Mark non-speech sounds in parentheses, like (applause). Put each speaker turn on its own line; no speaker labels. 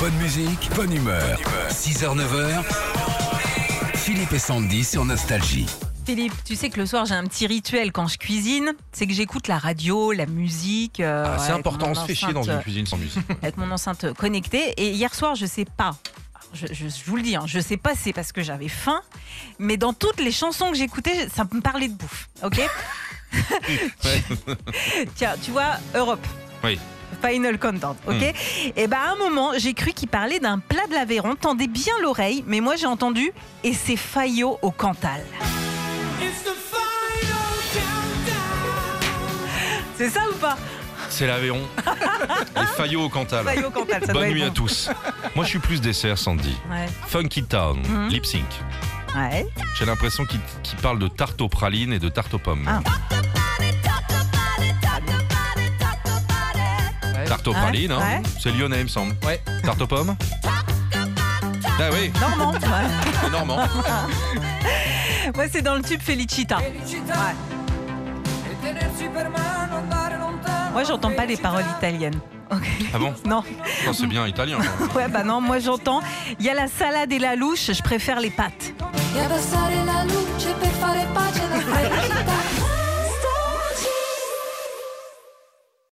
Bonne musique, bonne humeur. 6h, 9h. Philippe et Sandy sur Nostalgie.
Philippe, tu sais que le soir j'ai un petit rituel quand je cuisine, c'est que j'écoute la radio, la musique. euh,
Ah, c'est
avec
important,
mon
on se fait chier dans
enceinte,
une cuisine sans musique.
euh, Avec mon enceinte connectée. Et hier soir, je sais pas. Je, je- je vous le dis, hein, je sais pas, c'est parce que j'avais faim, mais dans toutes les chansons que j'écoutais, ça me parlait de bouffe. Ok
(laughs) Ouais.
(laughs) Tiens, tu vois, Europe.
Oui. Hmm.
Final Countdown, ok Et ben à un moment, j'ai cru qu'il parlait d'un plat de l'Aveyron. Tendez bien l'oreille, mais moi j'ai entendu et c'est Fayot au Cantal.
It's the final countdown.
C'est ça ou pas
C'est l'Aveyron.
(laughs)
Les Fayot au Cantal.
Fayot au Cantal, ça doit
Bonne
être
nuit à
bon.
tous. Moi, je suis plus dessert, Sandy.
Ouais.
Funky Town,
Mhm.
Lip Sync.
Ouais.
J'ai l'impression qu'il qu'il parle de tarte aux pralines et de tarte aux pommes.
Ah.
Tarte aux
Ouais,
pralines, hein.
ouais.
c'est lyonnais, il me semble.
Ouais.
Tarte aux pommes Ah oui,
Normand. ouais. (laughs)
c'est normand.
Moi, c'est dans le tube Felicita.
Felicità e tenersi per mano, andare lontano.
Moi, j'entends pas les
Felicità.
paroles italiennes. Ok. (laughs)
Ah bon
Non,
Non, C'est bien italien. quoi.
ouais, bah non, moi j'entends. Il y a la salade et la louche, je préfère les pâtes.
E abbassare la luce per fare pace alla felicità.